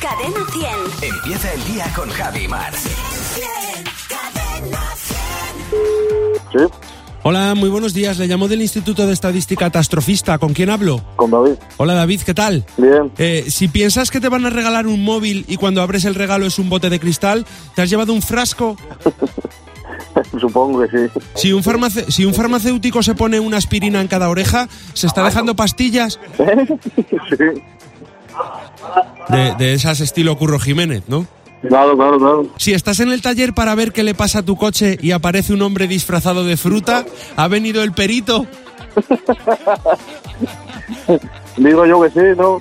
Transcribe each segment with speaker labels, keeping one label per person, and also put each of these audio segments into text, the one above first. Speaker 1: Cadena 100.
Speaker 2: Empieza el día con Javi Mar.
Speaker 1: Cadena 100.
Speaker 3: Sí,
Speaker 4: Hola, muy buenos días. Le llamo del Instituto de Estadística Catastrofista. ¿Con quién hablo?
Speaker 3: con David.
Speaker 4: Hola David, ¿qué tal?
Speaker 3: Bien.
Speaker 4: Eh, si piensas que te van a regalar un móvil y cuando abres el regalo es un bote de cristal, ¿te has llevado un frasco?
Speaker 3: Supongo que sí.
Speaker 4: Si un, farmace- si un farmacéutico se pone una aspirina en cada oreja, ¿se está dejando pastillas?
Speaker 3: sí.
Speaker 4: De, de esas estilo Curro Jiménez, ¿no?
Speaker 3: Claro, claro, claro.
Speaker 4: Si estás en el taller para ver qué le pasa a tu coche y aparece un hombre disfrazado de fruta, ha venido el perito.
Speaker 3: Digo yo que sí, ¿no?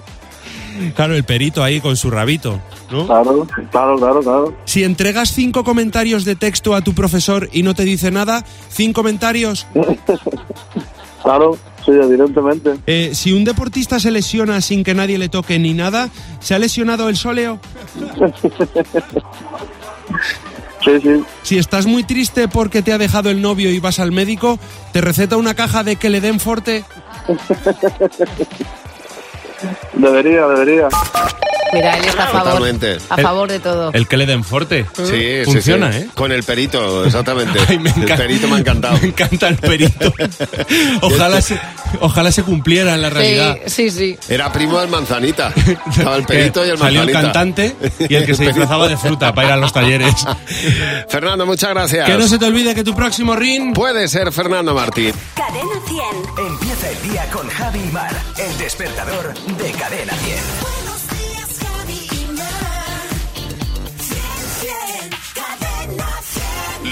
Speaker 4: Claro, el perito ahí con su rabito, ¿no?
Speaker 3: Claro, claro, claro, claro.
Speaker 4: Si entregas cinco comentarios de texto a tu profesor y no te dice nada, cinco comentarios.
Speaker 3: Claro, sí, evidentemente.
Speaker 4: Eh, si un deportista se lesiona sin que nadie le toque ni nada, se ha lesionado el sóleo.
Speaker 3: Sí, sí.
Speaker 4: Si estás muy triste porque te ha dejado el novio y vas al médico, te receta una caja de que le den forte.
Speaker 3: Debería, debería.
Speaker 5: Mira, él está a favor.
Speaker 6: Totalmente.
Speaker 5: A favor de todo.
Speaker 4: El que le den forte.
Speaker 6: Sí, sí,
Speaker 4: Funciona,
Speaker 6: sí.
Speaker 4: ¿eh?
Speaker 6: Con el perito, exactamente.
Speaker 4: Ay, me
Speaker 6: el
Speaker 4: encanta.
Speaker 6: perito me ha encantado. Este-
Speaker 4: Me encanta el perito. Ojalá se, ojalá se cumpliera en la realidad.
Speaker 5: Sí, sí, sí.
Speaker 6: Era primo del manzanita. Estaba el perito y el manzanita.
Speaker 4: Salió el cantante y el que se disfrazaba de fruta para ir a los talleres.
Speaker 6: Fernando, muchas gracias.
Speaker 4: Que no se te olvide que tu próximo ring
Speaker 6: Puede ser Fernando Martín.
Speaker 1: Cadena 100.
Speaker 2: Empieza el día con Javi Mar. El despertador de Cadena 10.
Speaker 1: Buenos días, Javi y Mar. 100, 100. Cadena 100.